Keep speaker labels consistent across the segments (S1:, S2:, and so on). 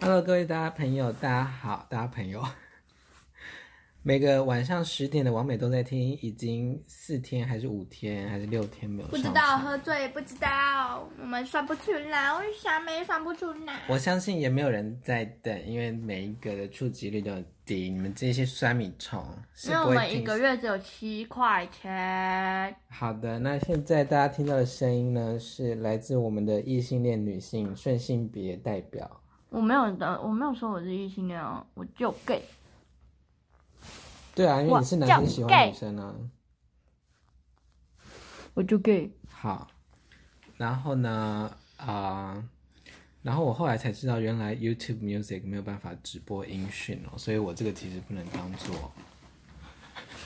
S1: Hello，各位大家朋友，大家好，大家朋友。每个晚上十点的王美都在听，已经四天还是五天还是六天没有
S2: 不
S1: 上
S2: 知
S1: 传
S2: 道喝醉，不知道，我们算不出来，为啥没算不出来？
S1: 我相信也没有人在等，因为每一个的触及率都很低。你们这些酸米虫是
S2: 因为
S1: 不
S2: 我
S1: 会
S2: 们一
S1: 听
S2: 个月只有七块钱，
S1: 好的，那现在大家听到的声音呢，是来自我们的异性恋女性顺性别代表。
S2: 我没有的，我没有说我是异性恋哦，我就 gay。
S1: 对啊，因为
S2: 哇
S1: 你是男
S2: 叫
S1: 生喜欢
S2: gay
S1: 女生啊。
S2: 我就 gay，
S1: 好，然后呢，啊、然后我后来才知道，原来 YouTube Music 没有办法直播音讯哦，所以我这个其实不能当做，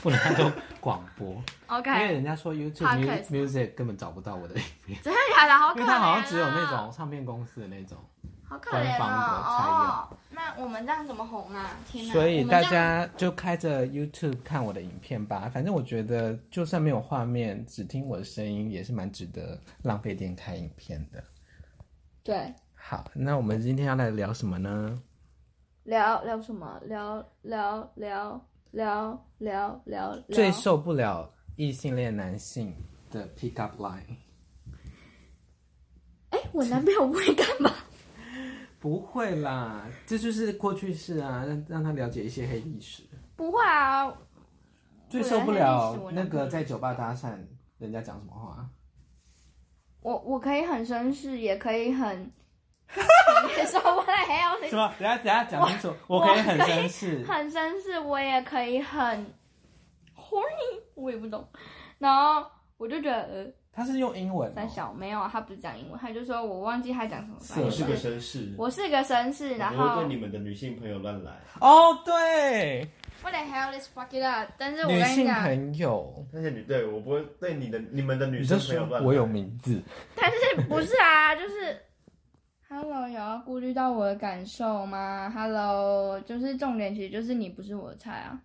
S1: 不能当做广 播，因为
S2: OK，
S1: 人家说 YouTube mu-
S2: Podcast
S1: Music 根本找不到我的影片，
S2: 真的假的？好
S1: 因为
S2: 可怜、哦，
S1: 它好像只有那种唱片公司的那种。
S2: 好可
S1: 官
S2: 怜啊
S1: 方的才有
S2: 哦。哦，那我们这样怎么红啊？天哪！
S1: 所以
S2: 我们
S1: 大
S2: 这样
S1: 家就开着 YouTube 看我的影片吧，反正我觉得就算没有画面，只听我的声音也是蛮值得浪费电看影片的。
S2: 对
S1: 好，那我们今天要来聊什么呢？
S2: 聊聊什么？聊聊聊聊聊聊聊
S1: 最受不了异性恋男性的 pickup line。
S2: 哎，我男朋友不会干嘛？
S1: 不会啦，这就是过去式啊，让让他了解一些黑历史。
S2: 不会啊，
S1: 最受不了
S2: 我的黑历史我
S1: 那
S2: 男朋
S1: 个
S2: 友
S1: 在酒吧搭讪人家讲什么话，啊
S2: 我我可以很绅士，也可以很，也受不了，
S1: 是吧？等下等下讲清楚，我可以很绅士，
S2: 很绅士，我也可以很 horny，我也不懂。然后我就觉得呃，
S1: 他是用英文、
S2: 三
S1: 哦，
S2: 小没有啊，他不是讲英文，他就说我忘记他讲什么，反
S1: 我
S2: 正
S3: 我
S2: 就是
S3: 个
S2: 是
S3: 绅士，
S2: 我是个绅士，然
S3: 不会
S2: 后
S3: 对你们的女性朋友乱来。
S1: 哦对，
S2: What the hell is fuck it up？但是我
S1: 女
S2: 跟你
S1: 性
S2: 讲，
S1: 朋友，
S3: 但是你对我不会对你的你们的女
S1: 你就
S3: 生朋友
S1: 说
S3: 乱来。
S1: 我有名字，
S2: 但是不是啊，就是 Hello 有要顾虑到我的感受吗？Hello，就是重点其实就是你不是我的菜啊。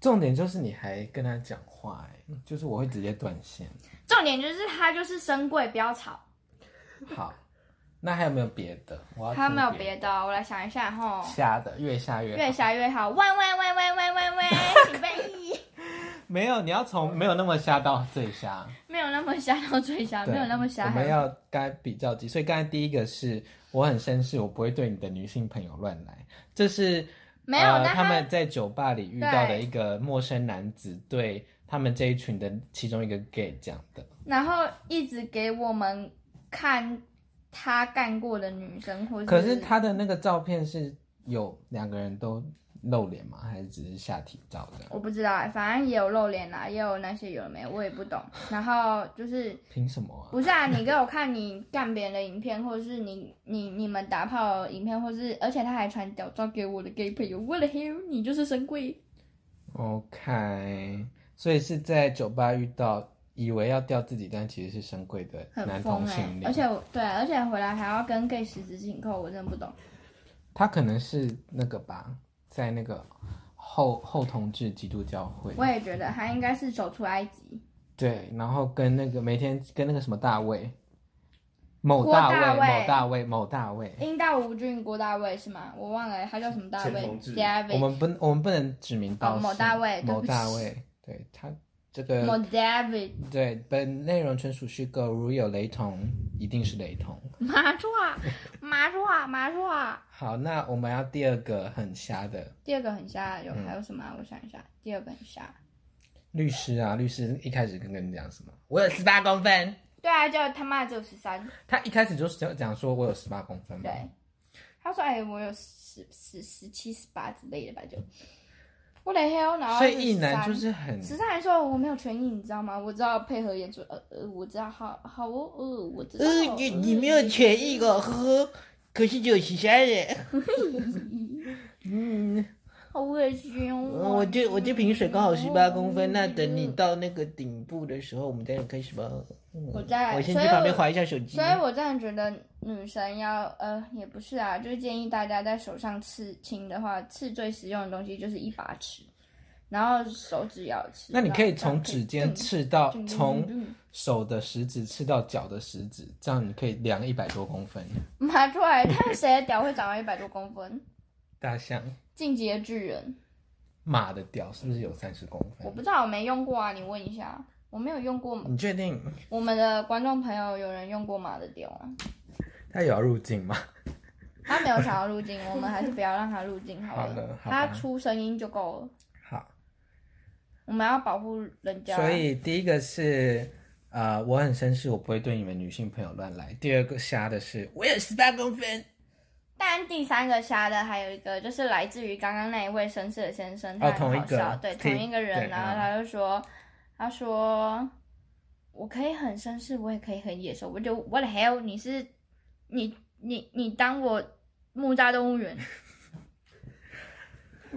S1: 重点就是你还跟他讲话、哎，就是我会直接断线。
S2: 重点就是他就是深贵，不要吵。
S1: 好，那还有没有别的？我要
S2: 还有没有
S1: 听
S2: 别的？我来想一下哈。
S1: 瞎的，越瞎越好
S2: 越瞎越好，喂喂喂喂喂喂喂，请备役。
S1: 没有，你要从没有那么瞎到最瞎，
S2: 没有那么瞎到最瞎，
S1: 对
S2: 啊没有那么瞎。
S1: 我
S2: 还
S1: 们
S2: 有
S1: 要该比较级，所以刚才第一个是我很绅士，我不会对你的女性朋友乱来，这是
S2: 没有？
S1: 呃、
S2: 那
S1: 他
S2: 他
S1: 们在酒吧里遇到的
S2: 对
S1: 一个陌生男子对他们这一群的其中一个 gay 讲的。
S2: 然后一直给我们看他干过的女生，或
S1: 可是他的那个照片是有两个人都露脸吗？还是只是下体照的？
S2: 我不知道、欸，反正也有露脸啦，也有那些有的没，我也不懂。然后就是
S1: 凭什么啊？
S2: 不是啊，你给我看你干别人的影片，或者是你你你们打炮的影片，或是而且他还传屌照给我的 gay 朋友，我的 hell，你就是神龟。
S1: OK，所以是在酒吧遇到，以为要吊自己，但其实是深贵的男
S2: 很
S1: 同
S2: 疯哎、
S1: 性恋。
S2: 而且我对，而且回来还要跟 gay 十指紧扣，我真的不懂。
S1: 他可能是那个吧，在那个后后同志基督教会，
S2: 我也觉得他应该是走出埃及，
S1: 对，然后跟那个每天跟那个什么大卫，某
S2: 郭
S1: 大
S2: 大
S1: 卫，
S2: 卫
S1: 某大卫，某大卫。
S2: 英大无菌郭大卫是吗？我忘了他叫什么大卫
S3: 前同志
S1: 我
S2: ，David
S1: 们不，我们不能指名道
S2: 哦
S1: 姓。
S2: 某大卫对
S1: 某
S2: 不
S1: 大
S2: 起
S1: 卫，对他这
S2: 某
S1: 个
S2: David
S1: 对本内容纯属虚构，如有雷同，一定是雷同。
S2: 麻爪麻爪麻爪。
S1: 好，那我们要第二个很瞎的
S2: 第二个很瞎，有
S1: 嗯
S2: 还有什么啊、我想一下，第二个很瞎。
S1: 律师啊，律师一开始跟跟你讲什么？我有十八公分，
S2: 对啊，就他妈只有十三。
S1: 他一开始就讲讲说我有十八公分嘛。
S2: 对，他说：“哎、我有十十十七、十八之类的吧？”就我的 hell，然后
S1: 所以一男
S2: 13
S1: 就是很
S2: 十三还说我没有权益，你知道吗？我知道配合演出，呃呃，我知道，好好哦，呃，我知道。呃
S1: 权益哦，呵呵，可是有其他人。嗯，
S2: 好恶心哦！
S1: 这我这瓶水刚好十八公分，那等你到那个顶部的时候，我们再开始吧。
S2: 我在，
S1: 我先
S2: 所
S1: 去
S2: 以
S1: 旁边
S2: 我
S1: 划一下手机
S2: 所。以我真的觉得女生要，呃，也不是啊，就是建议大家在手上刺青的话，刺最实用的东西就是一把尺，然后手指咬吃。
S1: 那你可以
S2: 然后这样
S1: 从指尖
S2: 动
S1: 刺到
S2: 咚咚
S1: 从
S2: 咚咚
S1: 手的食指刺到脚的食指，这样你可以量一百多公分。
S2: 拿出来，看谁的屌会长到一百多公分。
S1: 大象
S2: 进阶巨人，
S1: 马的屌是不是有三十公
S2: 我
S1: 分？
S2: 不知道，我没用过啊，你问一下，我没有用过。
S1: 你确定
S2: 我们的观众朋友有人用过马的屌啊？
S1: 他有要入境吗？
S2: 他没有想要入境，我们还是不要让他入境好
S1: 好的
S2: 了。
S1: 好吧
S2: 他出声音就够了，
S1: 好，
S2: 我们要保护人家。
S1: 所以第一个是呃，我很绅士，我不会对你们女性朋友乱来。第二个瞎的是我有十八公分
S2: 但第三个瞎的还有一个，就是来自于刚刚那一位绅士的先生，他
S1: 哦
S2: 很
S1: 同一
S2: 好笑，
S1: 个
S2: 对，
S1: 可以
S2: 同一个人，
S1: 对
S2: 然后
S1: 嗯
S2: 他就说，他说，我可以很绅士，我也可以很野兽，我就 what the hell，你是你你你当我木栅动物园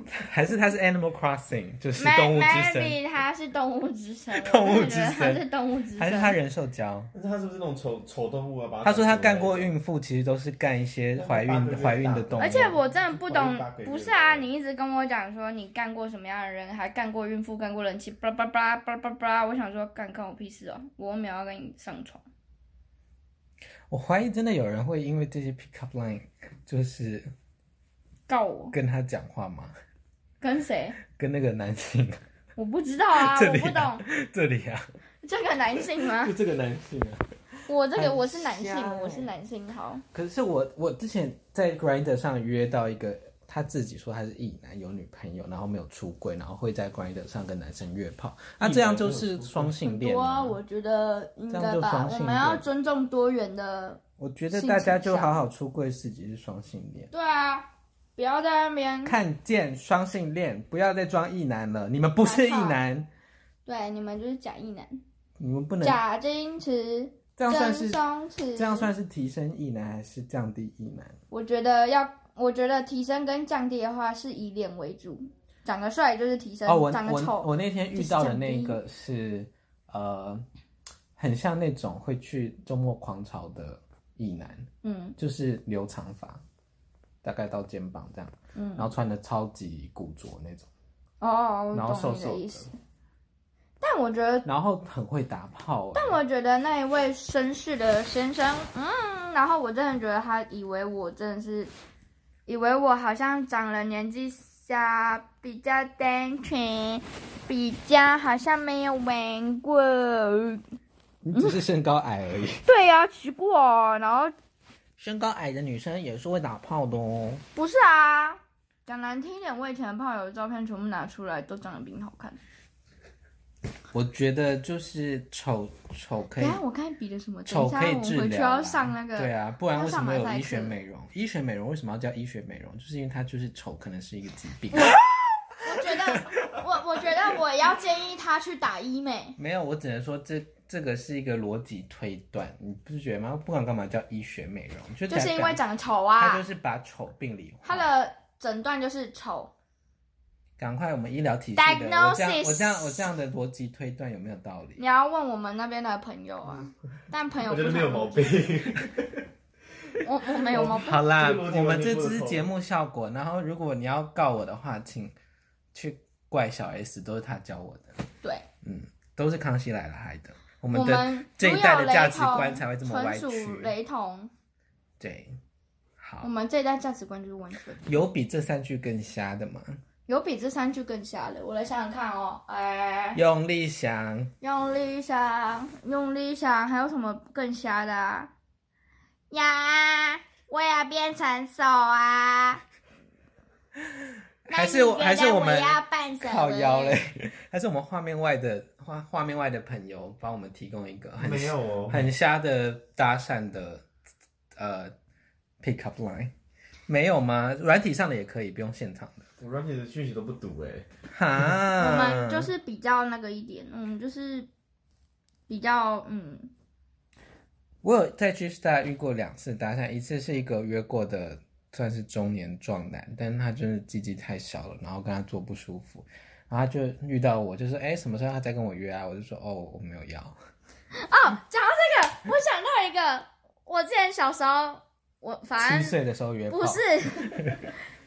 S1: 还是他是 Animal Crossing，就是
S2: Ma-
S1: 动物之森，
S2: ，maybe 他是动物之神，
S1: 动物之
S2: 我真的
S1: 神
S2: 觉得他是动物之
S1: 还是他
S2: 神，
S1: 人兽交？
S3: 但是他是不是那种丑丑动物啊？把它
S1: 他说他干
S3: 赶走
S1: 过
S3: 的那种，
S1: 孕妇，其实都是干一些怀
S3: 那个八
S1: 孕
S3: 个月
S1: 怀孕
S3: 大
S1: 的动物。
S2: 而且我真的不懂
S3: 我八个，月
S2: 不是啊，
S3: 大
S2: 你一直跟我讲说你干过什么样的人，还干过孕妇，干过人妻，巴拉巴拉巴拉巴拉巴拉，我想说干干我屁事哦，我又没有要跟你上床。
S1: 我怀疑真的有人会因为这些 pickup line，就是
S2: 告我
S1: 跟他讲话吗？
S2: 跟谁？
S1: 跟那个男性
S2: 我不知道啊，
S1: 这
S2: 我
S1: 里
S2: 不懂
S1: 这里啊，
S2: 这个男性吗
S1: 就？这个男性啊。
S2: 我这个
S1: 很
S2: 我是男
S1: 瞎
S2: 性，
S1: 欸
S2: 我是男性，好，
S1: 可是我我之前在 Grinder 上约到一个，他自己说他是异男，有女朋友，然后没有出柜，然后会在 Grinder 上跟男生约炮，那、这样就是双性恋啊吗、
S2: 觉得应
S1: 该吧这样就双性恋我们要
S2: 尊重多元的。
S1: 我觉得大家就好好出柜自己是双性恋，
S2: 对啊，不要在那边。
S1: 看见双性恋，不要再装异男了，你们不是异男，
S2: 对，你们就是假意男，
S1: 你们不能
S2: 假矜持，
S1: 这样算
S2: 真
S1: 是
S2: 松弛。
S1: 这样算是提升异男还是降低异男？
S2: 我觉得要，我觉得提升跟降低的话是以脸为主，长得帅就是提升，
S1: 哦，我
S2: 长得
S1: 我
S2: 丑
S1: 我那天遇到的那个是呃，很像那种会去周末狂潮的异男，
S2: 嗯
S1: 就是留长发，大概到肩膀这样，
S2: 嗯
S1: 然后穿的超级古着那种，
S2: 哦，我
S1: 然后
S2: 懂
S1: 瘦
S2: 你的
S1: 瘦
S2: 意
S1: 的，
S2: 思。但我觉得，
S1: 然后很会打炮、欸
S2: 但我觉得那一位绅士的先生，嗯，然后我真的觉得他以为我真的是，以为我好像长了年纪小，比较单纯，比较好像没有玩过。
S1: 你只是身高矮而已，
S2: 对呀、奇怪哦，然后
S1: 身高矮的女生也是会打炮的哦。
S2: 不是啊，讲难听一点，我以前的炮友照片全部拿出来，都长得比你好看。
S1: 我觉得就是丑丑可
S2: 等
S1: 以
S2: 一下我看比的什么？等
S1: 丑
S2: 一下
S1: 可以
S2: 我
S1: 治
S2: 们回去
S1: 疗啦，
S2: 要上那个。
S1: 对啊，不然
S2: 要
S1: 为什
S2: 上
S1: 么有
S2: 马赛
S1: 医学
S2: 克
S1: 美容？医学美容为什么要叫医学美容？就是因为它就是丑，可能是一个疾病。
S2: 我觉 得我我觉得我要建议他去打医美。
S1: 没有，我只能说这这个是一个逻辑推断，你不觉得吗？不管干嘛叫医学美容，就
S2: 就是因为
S1: 感
S2: 长得丑
S1: 它
S2: 啊
S1: 就，是把丑病理
S2: 他
S1: 化。
S2: 的诊断就是丑。
S1: 赶快，我们医疗体系的，我这样
S2: Diagnosis
S1: 我这样我这样的逻辑推断有没有道理
S2: 你？要问我们那边的朋友啊，
S1: 嗯
S2: 但朋友
S3: 我觉
S2: 不
S3: 得没有
S2: 常
S3: 毛 病。
S2: 我我没有毛病。
S1: 好啦，
S3: 这个
S1: 我
S3: 逻辑
S1: 们
S3: 完全
S1: 这
S3: 不
S1: 只是
S3: 能
S1: 节目效果。然后，如果你要告我的话，请去怪小 S，都是他教我的，
S2: 对，
S1: 都是康熙来了害的。我
S2: 我
S1: 们的
S2: 们
S1: 这
S2: 如
S1: 一代
S2: 有
S1: 的
S2: 雷
S1: 价值
S2: 同
S1: 观才会这么歪
S2: 纯属
S1: 曲
S2: 雷同。
S1: 对，好
S2: 我，们这一代价值观就是完全。
S1: 有比这三句更瞎的吗？
S2: 有比这三句更瞎的，我来想想看哦，哎，
S1: 用力想，
S2: 用力想，用力想，还有什么更瞎的啊？呀，我要变成手 啊！那
S1: 还
S2: 你
S1: 是我
S2: 觉得
S1: 还是
S2: 我
S1: 们
S2: 要扮什么
S1: 靠腰 嘞？ 还是我们画面外的画画面外的朋友帮我们提供一个很
S3: 没有哦，
S1: 很瞎的搭讪的呃 pick up line，没有吗？软体上的也可以，不用现场的。
S3: 我软体的讯息都不读哎、
S1: 哈，
S2: 我们就是比较那个一点，嗯，就是比较嗯，
S1: 我有在 G Star 遇过两次搭讪，一次是一个约过的算是中年壮男，但是他就是鸡鸡太小了，然后跟他做不舒服，然后他就遇到我，就说哎、什么时候他再跟我约啊？我就说哦我没有要，
S2: 哦，讲到这个，我想到一个，我之前小时候，我反
S1: 七
S2: 正
S1: 岁的时候约炮，
S2: 不是，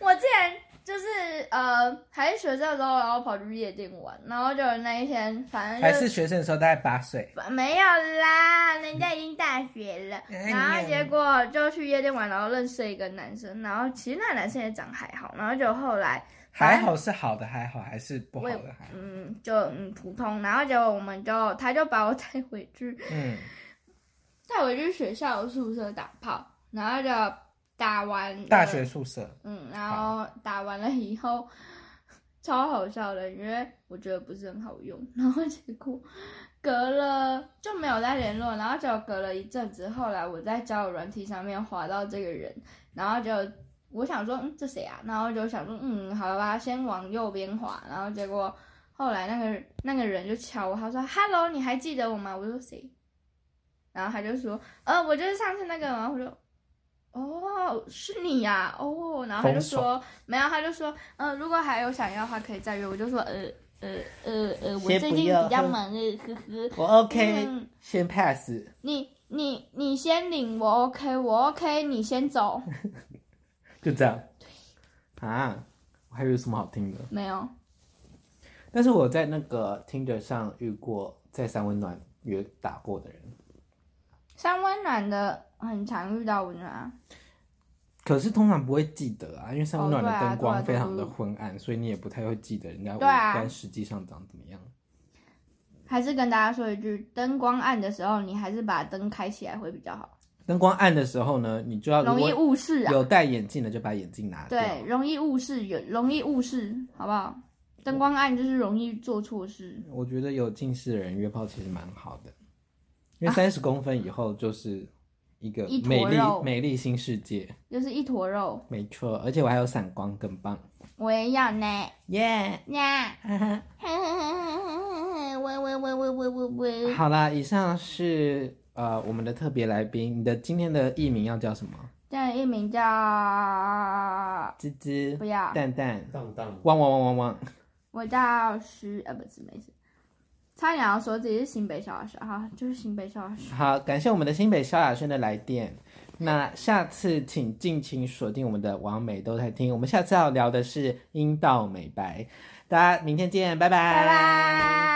S2: 我之前就是呃，还是学生的时候，然后跑去夜店玩，然后就有那一天，反正
S4: 还
S2: 就是
S4: 学生的时候大概八岁，
S2: 反没有啦，人家已经大学了，
S4: 嗯哎
S2: 然后
S4: 你
S2: 结果就去夜店玩，然后认识了一个男生，然后其实那男生也长还好，然后就后来
S4: 还好是好的还好，还是不好
S2: 我也
S4: 的还好。
S2: 嗯就嗯普通，然后结果我们就他就把我带回去
S4: 嗯，
S2: 带回去学校宿舍打炮，然后就打完了
S4: 大学宿舍，
S2: 嗯，然后打完了以后，超好笑的，因为我觉得不是很好用， 然后结果隔了就没有再联络，然后就隔了一阵子，后来我在交友软体上面滑到这个人，然后就我想说，嗯，这谁啊？然后就想说，嗯，好吧，先往右边滑，然后结果后来那个那个人就敲我，他说，Hello，你还记得我吗？我说谁？然后他就说，呃，我就是上次那个人，然后我就。哦，是你呀、哦，然后他就说没有，他就说，嗯、如果还有想要的话，可以再约。我就说，呃呃呃呃，我
S4: 先
S2: 最
S4: 不
S2: 近
S4: 要
S2: 比较
S4: 呵
S2: 忙，呃呵呵。
S4: 我 OK，、
S2: 嗯，
S4: 先 pass。
S2: 你你你先领我 OK，我 OK，你先走。
S4: 就这样。
S1: 啊，我还以为有什么好听的。
S2: 没有，
S1: 但是我在那个 Tinder 上遇过在三温暖约打过的人，
S2: 三温暖的很常遇到温暖啊，
S1: 可是通常不会记得啊，因为三温暖
S2: 哦对
S1: 的
S2: 啊
S1: 灯光
S2: 对
S1: 非
S2: 啊
S1: 常的昏暗，所以你也不太会记得人家五
S2: 对啊
S1: 官实际上长怎么样。
S2: 还是跟大家说一句，灯光暗的时候，你还是把灯开起来会比较好，
S1: 灯光暗的时候呢，你就要如
S2: 容易
S1: 果
S2: 误事啊。
S1: 有戴眼镜的就把眼镜拿掉。
S2: 对，容易误事，有容易误事，好不好？灯光暗就是容易做错事。
S1: 我觉得有近视的人约炮其实蛮好的，因为三十公分以后就是一个
S2: 一坨
S1: 美丽
S2: 肉
S1: 美丽新世界，
S2: 就是一坨肉，
S1: 没错。而且我还有散光，更棒。
S2: 我也要呢，
S4: 耶、
S2: 呀，
S4: 哈哈，
S2: 喂喂喂喂喂喂喂，
S1: 好啦，以上是呃我们的特别来宾，你的今天的艺名要叫什么？
S2: 这样一名叫
S1: 芝芝
S2: 不、要，
S1: 蛋蛋、
S3: 荡荡，
S1: 汪汪汪汪汪。
S2: 我叫徐，呃，不是，没事，差点要说自己是新北小老师哈，就是新北小老师。
S1: 好，感谢我们的新北萧亚轩的来电。那下次请尽情锁定我们的王美都在听，我们下次要聊的是阴道美白。大家明天见，拜拜，
S2: 拜拜。